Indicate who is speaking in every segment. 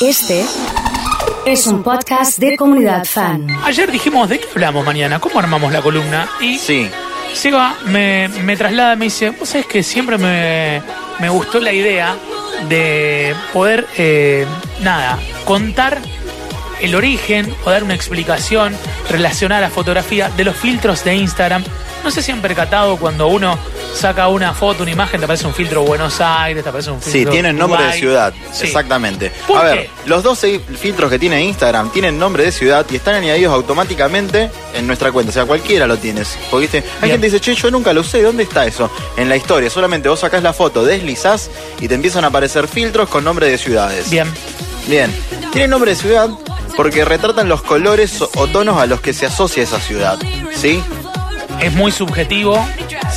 Speaker 1: Este es un podcast de comunidad fan.
Speaker 2: Ayer dijimos, ¿de qué hablamos mañana? ¿Cómo armamos la columna? Y
Speaker 3: Sí.
Speaker 2: Seba me, me traslada, me dice, vos sabés que siempre me, me gustó la idea de poder, eh, nada, contar el origen o dar una explicación relacionada a la fotografía de los filtros de Instagram. No sé si han percatado cuando uno saca una foto, una imagen, te aparece un filtro Buenos Aires, te aparece un filtro
Speaker 3: Sí, tienen nombre de
Speaker 2: Dubái.
Speaker 3: ciudad,
Speaker 2: Sí.
Speaker 3: exactamente.
Speaker 2: ¿Por
Speaker 3: a
Speaker 2: qué?
Speaker 3: ver, los 12 filtros que tiene Instagram tienen nombre de ciudad y están añadidos automáticamente en nuestra cuenta. O sea, cualquiera lo tienes. Porque ¿viste? hay
Speaker 2: Bien.
Speaker 3: gente que dice, che, yo nunca lo usé, ¿dónde está eso? En la historia, solamente vos sacás la foto, deslizás y te empiezan a aparecer filtros con nombre de ciudades.
Speaker 2: Bien,
Speaker 3: Bien. Tiene nombre de ciudad porque retratan los colores o- o tonos a los que se asocia esa ciudad. ¿Sí?
Speaker 2: es muy subjetivo.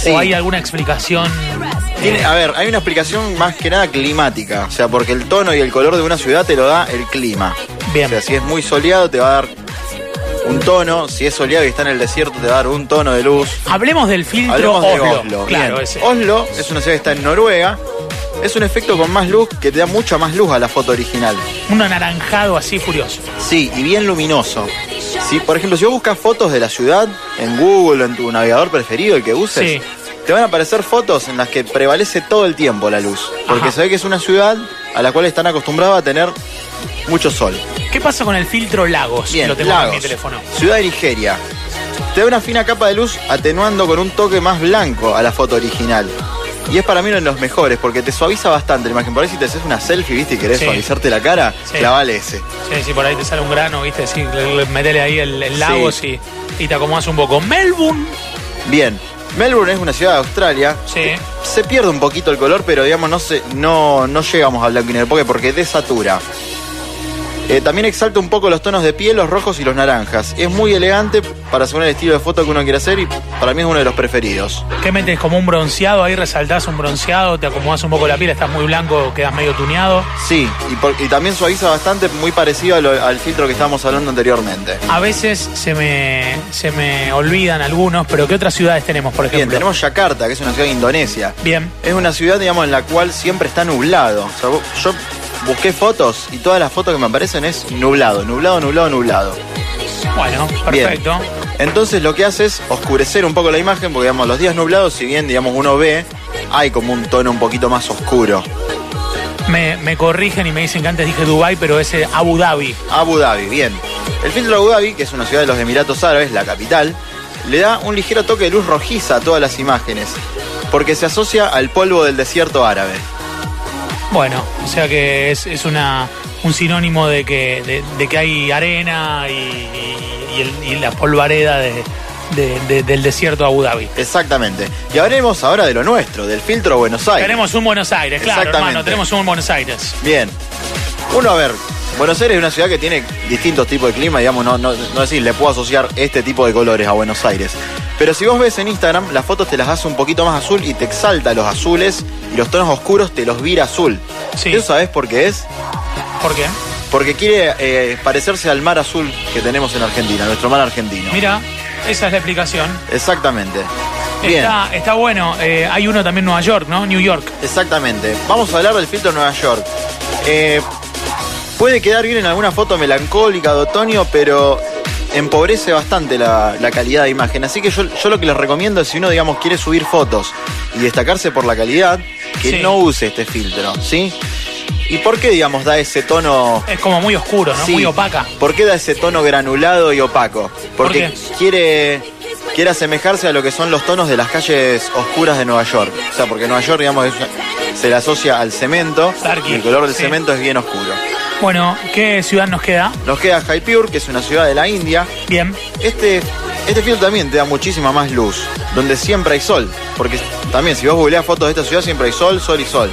Speaker 3: Sí.
Speaker 2: ¿O hay alguna explicación?
Speaker 3: Tiene- a ver, hay una explicación más que nada climática, o sea, porque el tono y el color de una ciudad te lo da el clima.
Speaker 2: Bien.
Speaker 3: O sea, si es muy soleado te va a dar un tono, si es soleado y está en el desierto te va a dar un tono de luz.
Speaker 2: Hablemos del filtro
Speaker 3: Hablemos
Speaker 2: Oslo.
Speaker 3: de Oslo.
Speaker 2: Claro,
Speaker 3: Bien.
Speaker 2: ese.
Speaker 3: Oslo es una ciudad que está en Noruega. Es un efecto con más luz que te da mucha más luz a la foto original.
Speaker 2: Un anaranjado así furioso.
Speaker 3: Sí, y bien luminoso. Sí, por ejemplo, si vos buscas fotos de la ciudad en Google o en tu navegador preferido, el que uses,
Speaker 2: Sí.
Speaker 3: te van a aparecer fotos en las que prevalece todo el tiempo la luz. Porque
Speaker 2: Ajá.
Speaker 3: se ve que es una ciudad a la cual están acostumbrados a tener mucho sol.
Speaker 2: ¿Qué pasa con el filtro Lagos?
Speaker 3: Bien,
Speaker 2: Lo tengo
Speaker 3: Lagos,
Speaker 2: en mi teléfono.
Speaker 3: Ciudad de Nigeria. Te da una fina capa de luz atenuando con un toque más blanco a la foto original. Y es para mí uno de los mejores porque te suaviza bastante la imagen. Por ahí si te haces una selfie, viste, y querés
Speaker 2: Sí.
Speaker 3: suavizarte la cara,
Speaker 2: Sí.
Speaker 3: clavale ese.
Speaker 2: Sí, sí, por ahí te sale un grano, ¿viste? Sí, le- le- metele ahí el, el
Speaker 3: Sí.
Speaker 2: Lagos y, y te acomodas un poco. Melbourne.
Speaker 3: Bien. Melbourne es una ciudad de Australia.
Speaker 2: Sí.
Speaker 3: Se pierde un poquito el color, pero digamos, no, se, no, no llegamos al blanco y negro porque, porque desatura. Eh, también exalta un poco los tonos de piel, los rojos y los naranjas. Es muy elegante para según el estilo de foto que uno quiere hacer y para mí es uno de los preferidos.
Speaker 2: ¿Qué metes? Como un bronceado, ahí resaltás un bronceado, te acomodas un poco la piel, estás muy blanco, quedas medio tuneado.
Speaker 3: Sí, y, por- y también suaviza bastante, muy parecido a lo- al filtro que estábamos hablando anteriormente.
Speaker 2: A veces se me, se me olvidan algunos, pero ¿qué otras ciudades tenemos, por ejemplo?
Speaker 3: Bien, tenemos Yakarta, que es una ciudad de Indonesia.
Speaker 2: Bien.
Speaker 3: Es una ciudad, digamos, en la cual siempre está nublado. O sea, vos- yo busqué fotos y todas las fotos que me aparecen es nublado, nublado, nublado, nublado.
Speaker 2: Bueno,
Speaker 3: Bien.
Speaker 2: perfecto.
Speaker 3: Entonces lo que hace es oscurecer un poco la imagen, porque digamos, los días nublados, si bien digamos uno ve, hay como un tono un poquito más oscuro.
Speaker 2: Me, me corrigen y me dicen que antes dije Dubai, pero ese Abu Dhabi.
Speaker 3: Abu Dhabi, bien. El filtro de Abu Dhabi, que es una ciudad de los Emiratos Árabes, la capital, le da un ligero toque de luz rojiza a todas las imágenes, porque se asocia al polvo del desierto árabe.
Speaker 2: Bueno, o sea que es, es una, un sinónimo de que, de, de que hay arena y, y- y el- y la polvareda de- de- de- del desierto de Abu Dhabi.
Speaker 3: Exactamente. Y hablaremos ahora de lo nuestro, del filtro Buenos Aires.
Speaker 2: Tenemos un Buenos Aires, claro,
Speaker 3: Exactamente.
Speaker 2: hermano, tenemos un Buenos Aires.
Speaker 3: Bien. Uno, a ver, Buenos Aires es una ciudad que tiene distintos tipos de clima, digamos, no, no, no decir, le puedo asociar este tipo de colores a Buenos Aires. Pero si vos ves en Instagram, las fotos te las hace un poquito más azul y te exalta los azules y los tonos oscuros te los vira azul.
Speaker 2: Sí.
Speaker 3: ¿Eso sabés por qué es?
Speaker 2: ¿Por qué?
Speaker 3: Porque quiere eh, parecerse al mar azul que tenemos en Argentina, nuestro mar argentino.
Speaker 2: Mira, esa es la explicación.
Speaker 3: Exactamente. Bien,
Speaker 2: Está, está bueno, eh, hay uno también en Nueva York, ¿no? New York.
Speaker 3: exactamente. Vamos a hablar del filtro Nueva York. Eh, puede quedar bien en alguna foto melancólica de otoño, pero empobrece bastante la, la calidad de imagen. Así que yo, yo lo que les recomiendo es si uno, digamos, quiere subir fotos y destacarse por la calidad, que
Speaker 2: Sí.
Speaker 3: no use este filtro, ¿sí? ¿Y por qué, digamos, da ese tono
Speaker 2: Es como muy oscuro, ¿no?
Speaker 3: Sí.
Speaker 2: Muy opaca.
Speaker 3: ¿Por qué da ese tono granulado y opaco?
Speaker 2: ¿Por
Speaker 3: Porque quiere, quiere asemejarse a lo que son los tonos de las calles oscuras de Nueva York. O sea, porque Nueva York, digamos, es- se le asocia al cemento.
Speaker 2: Darky,
Speaker 3: y el color del
Speaker 2: sí.
Speaker 3: cemento es bien oscuro.
Speaker 2: Bueno, ¿qué ciudad nos queda?
Speaker 3: Nos queda Jaipur, que es una ciudad de la India.
Speaker 2: Bien.
Speaker 3: Este, este filtro también te da muchísima más luz, donde siempre hay sol. Porque también, si vos googleás fotos de esta ciudad, siempre hay sol, sol y sol.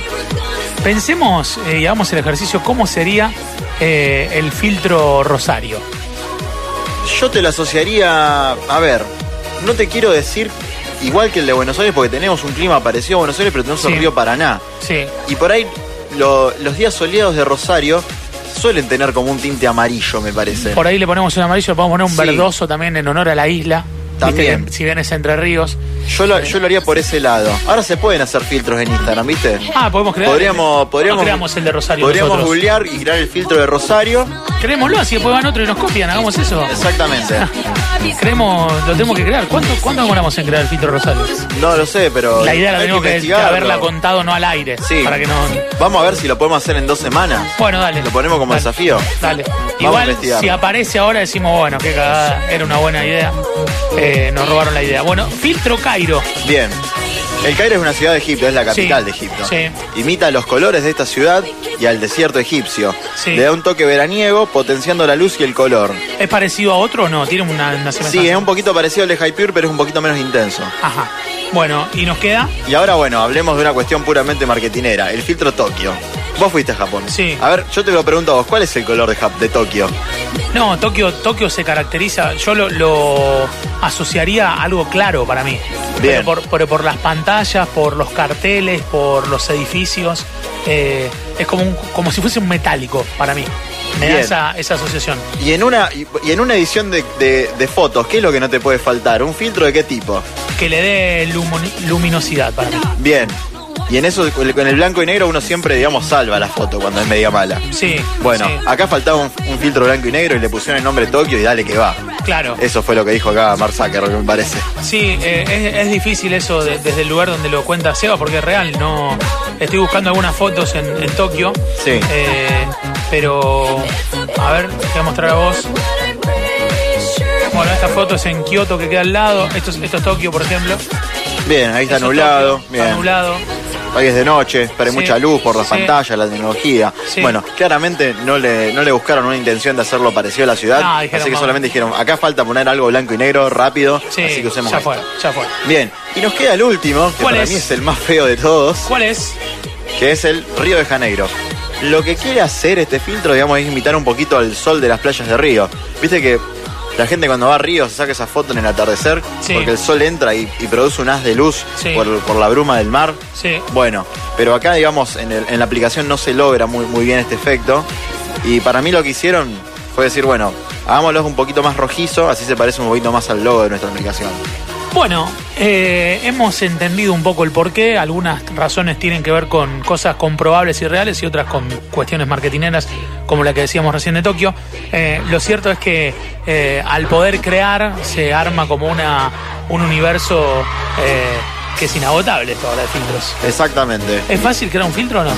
Speaker 2: Pensemos eh, y hagamos el ejercicio, ¿cómo sería eh, el filtro Rosario?
Speaker 3: Yo te lo asociaría, a ver, no te quiero decir igual que el de Buenos Aires, porque tenemos un clima parecido a Buenos Aires, pero tenemos
Speaker 2: Sí.
Speaker 3: el río Paraná.
Speaker 2: Sí,
Speaker 3: Y por ahí lo- los días soleados de Rosario suelen tener como un tinte amarillo, me parece.
Speaker 2: Por ahí le ponemos un amarillo, le podemos poner un
Speaker 3: Sí.
Speaker 2: verdoso también en honor a la isla. Viste
Speaker 3: También.
Speaker 2: que si vienes Entre Ríos,
Speaker 3: Yo lo, yo lo haría por ese lado. Ahora se pueden hacer filtros en Instagram, ¿viste?
Speaker 2: Ah, podemos crear.
Speaker 3: Podríamos, podríamos,
Speaker 2: No creamos el de Rosario
Speaker 3: podríamos
Speaker 2: nosotros.
Speaker 3: googlear y crear el filtro de Rosario.
Speaker 2: Creémoslo, así después van otro y nos copian, hagamos eso.
Speaker 3: Exactamente.
Speaker 2: Creemos, lo tenemos que crear. ¿Cuánto, cuánto demoramos en crear el filtro Rosario?
Speaker 3: No lo sé, pero.
Speaker 2: La idea la
Speaker 3: hay
Speaker 2: tenemos que, que
Speaker 3: investigarlo.
Speaker 2: haberla contado no al aire.
Speaker 3: Sí.
Speaker 2: Para que no.
Speaker 3: Vamos a ver si lo podemos hacer en dos semanas.
Speaker 2: Bueno, dale.
Speaker 3: Lo ponemos como
Speaker 2: Dale.
Speaker 3: desafío.
Speaker 2: Dale.
Speaker 3: a
Speaker 2: Igual,
Speaker 3: investigarlo.
Speaker 2: si aparece ahora, decimos, bueno, qué cagada, era una buena idea. Eh, nos robaron la idea. Bueno, filtro Cairo.
Speaker 3: Bien. El Cairo es una ciudad de Egipto, es la capital de Egipto.
Speaker 2: sí.
Speaker 3: Imita los colores de esta ciudad y al desierto egipcio.
Speaker 2: Sí.
Speaker 3: Le da un toque veraniego, potenciando la luz y el color.
Speaker 2: ¿Es parecido a otro o no? ¿Tiene una, una semejanza?
Speaker 3: Sí, es un poquito parecido al de Jaipur, pero es un poquito menos intenso.
Speaker 2: Ajá. Bueno, y nos queda.
Speaker 3: Y ahora, bueno, hablemos de una cuestión puramente marketinera, el filtro Tokio. Vos fuiste a Japón.
Speaker 2: Sí.
Speaker 3: A ver, yo te lo pregunto a vos, ¿cuál es el color de, Jap- de Tokio?
Speaker 2: No, Tokio, Tokio se caracteriza. Yo lo, lo asociaría a algo claro para mí.
Speaker 3: Bien.
Speaker 2: Pero por, pero por las pantallas, por los carteles, por los edificios. eh, es como, un- como si fuese un metálico para mí. Me da
Speaker 3: Bien.
Speaker 2: esa, esa asociación.
Speaker 3: Y en una, y, y en una edición de, de- de fotos, ¿qué es lo que no te puede faltar? ¿Un filtro de qué tipo?
Speaker 2: Que le dé lumin- luminosidad para mí.
Speaker 3: Bien. Y en eso, con el blanco y negro, uno siempre, digamos, salva la foto cuando es media mala.
Speaker 2: Sí.
Speaker 3: Bueno,
Speaker 2: sí,
Speaker 3: acá faltaba un, un filtro blanco y negro y le pusieron el nombre Tokio y dale que va.
Speaker 2: claro.
Speaker 3: Eso fue lo que dijo acá Mark Zuckerberg, me parece.
Speaker 2: Sí, eh, es, es difícil eso de- desde el lugar donde lo cuenta Seba, porque es real, no. Estoy buscando algunas fotos en, en Tokio.
Speaker 3: Sí.
Speaker 2: Eh, pero, a ver, te voy a mostrar a vos. Bueno, esta foto es en Kioto que queda al lado. Esto es, esto es Tokio, por ejemplo.
Speaker 3: Bien, ahí está
Speaker 2: Eso es
Speaker 3: nublado.
Speaker 2: Tokio,
Speaker 3: Bien.
Speaker 2: Está nublado.
Speaker 3: Ahí es de noche, pero hay
Speaker 2: Sí,
Speaker 3: mucha luz por las
Speaker 2: sí.
Speaker 3: pantallas, la tecnología.
Speaker 2: Sí.
Speaker 3: Bueno, claramente no le, no le buscaron una intención de hacerlo parecido a la ciudad.
Speaker 2: No, dijeron,
Speaker 3: así que
Speaker 2: vamos.
Speaker 3: solamente dijeron, acá falta poner algo blanco y negro rápido.
Speaker 2: Sí,
Speaker 3: así que usemos
Speaker 2: ya
Speaker 3: esto.
Speaker 2: fue, ya fue.
Speaker 3: Bien, y nos queda el último, que
Speaker 2: ¿Cuál
Speaker 3: para
Speaker 2: es?
Speaker 3: mí es el más feo de todos,
Speaker 2: ¿Cuál es?
Speaker 3: que es el Río de Janeiro. Lo que quiere hacer este filtro, digamos, es imitar un poquito al sol de las playas de Río. Viste que la gente cuando va a Río se saca esa foto en el atardecer,
Speaker 2: Sí.
Speaker 3: porque el sol entra y, y produce un haz de luz
Speaker 2: Sí.
Speaker 3: por, por la bruma del mar.
Speaker 2: Sí.
Speaker 3: Bueno, pero acá, digamos, en, el- en la aplicación no se logra muy, muy bien este efecto. Y para mí lo que hicieron fue decir, bueno, hagámoslo un poquito más rojizo, así se parece un poquito más al logo de nuestra aplicación.
Speaker 2: Bueno, eh, hemos entendido un poco el porqué. Algunas razones tienen que ver con cosas comprobables y reales y otras con cuestiones marketineras, como la que decíamos recién de Tokio. Eh, lo cierto es que eh, al poder crear se arma como una, un universo eh, que es inagotable esta hora de filtros.
Speaker 3: Exactamente.
Speaker 2: ¿Es fácil crear un filtro o no?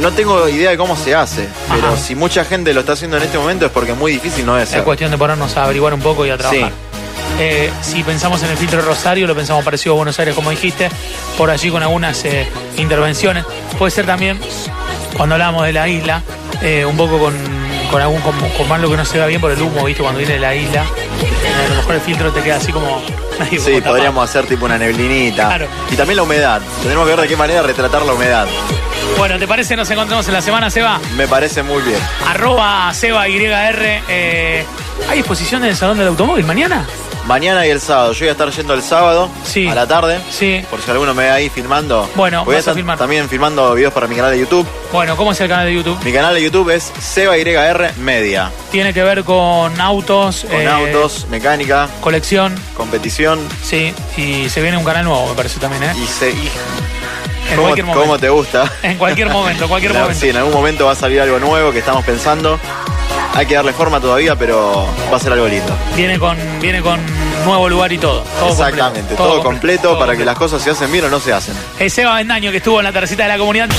Speaker 3: No tengo idea de cómo se hace, pero
Speaker 2: Ajá.
Speaker 3: si mucha gente lo está haciendo en este momento es porque muy difícil no es.
Speaker 2: Es cuestión de ponernos a averiguar un poco y a trabajar.
Speaker 3: Sí.
Speaker 2: Eh, si pensamos en el filtro de Rosario, lo pensamos parecido a Buenos Aires, como dijiste, por allí con algunas eh, intervenciones. Puede ser también, cuando hablábamos de la isla, eh, un poco con, con algún con, con algo que no se vea bien por el humo, ¿viste? Cuando viene de la isla, eh, a lo mejor el filtro te queda así como. ahí como
Speaker 3: Sí,
Speaker 2: tapado.
Speaker 3: podríamos hacer tipo una neblinita.
Speaker 2: Claro.
Speaker 3: Y también la humedad. Tenemos que ver de qué manera retratar la humedad.
Speaker 2: Bueno, ¿te parece? Nos encontramos en la semana, Seba.
Speaker 3: Me parece muy bien.
Speaker 2: Arroba Seba YR. eh, ¿Hay exposición en el Salón del Automóvil mañana?
Speaker 3: Mañana y el sábado. Yo voy a estar yendo el sábado
Speaker 2: Sí.
Speaker 3: a la tarde.
Speaker 2: Sí.
Speaker 3: Por si alguno me ve ahí filmando.
Speaker 2: Bueno,
Speaker 3: voy
Speaker 2: vas a
Speaker 3: estar
Speaker 2: filmar.
Speaker 3: también filmando videos para mi canal de YouTube.
Speaker 2: Bueno, ¿cómo es el canal de YouTube?
Speaker 3: Mi canal de YouTube es SebaYR Media.
Speaker 2: tiene que ver con autos,
Speaker 3: Con
Speaker 2: eh,
Speaker 3: autos, mecánica,
Speaker 2: colección,
Speaker 3: competición
Speaker 2: sí, y se viene un canal nuevo, me parece también, ¿eh?
Speaker 3: y se. y-
Speaker 2: en
Speaker 3: ¿Cómo,
Speaker 2: cualquier
Speaker 3: cómo
Speaker 2: momento.
Speaker 3: te gusta?
Speaker 2: En cualquier momento, cualquier
Speaker 3: La-
Speaker 2: momento.
Speaker 3: Sí, en algún momento va a salir algo nuevo que estamos pensando. Hay que darle forma todavía, pero va a ser algo lindo.
Speaker 2: Viene con viene con nuevo lugar y todo. todo completo,
Speaker 3: Exactamente,
Speaker 2: Eh,
Speaker 3: todo, completo,
Speaker 2: todo
Speaker 3: para que las cosas se hacen bien o no se hacen.
Speaker 2: completo. Es Seba Bendaño que estuvo en la tercita de la comunidad.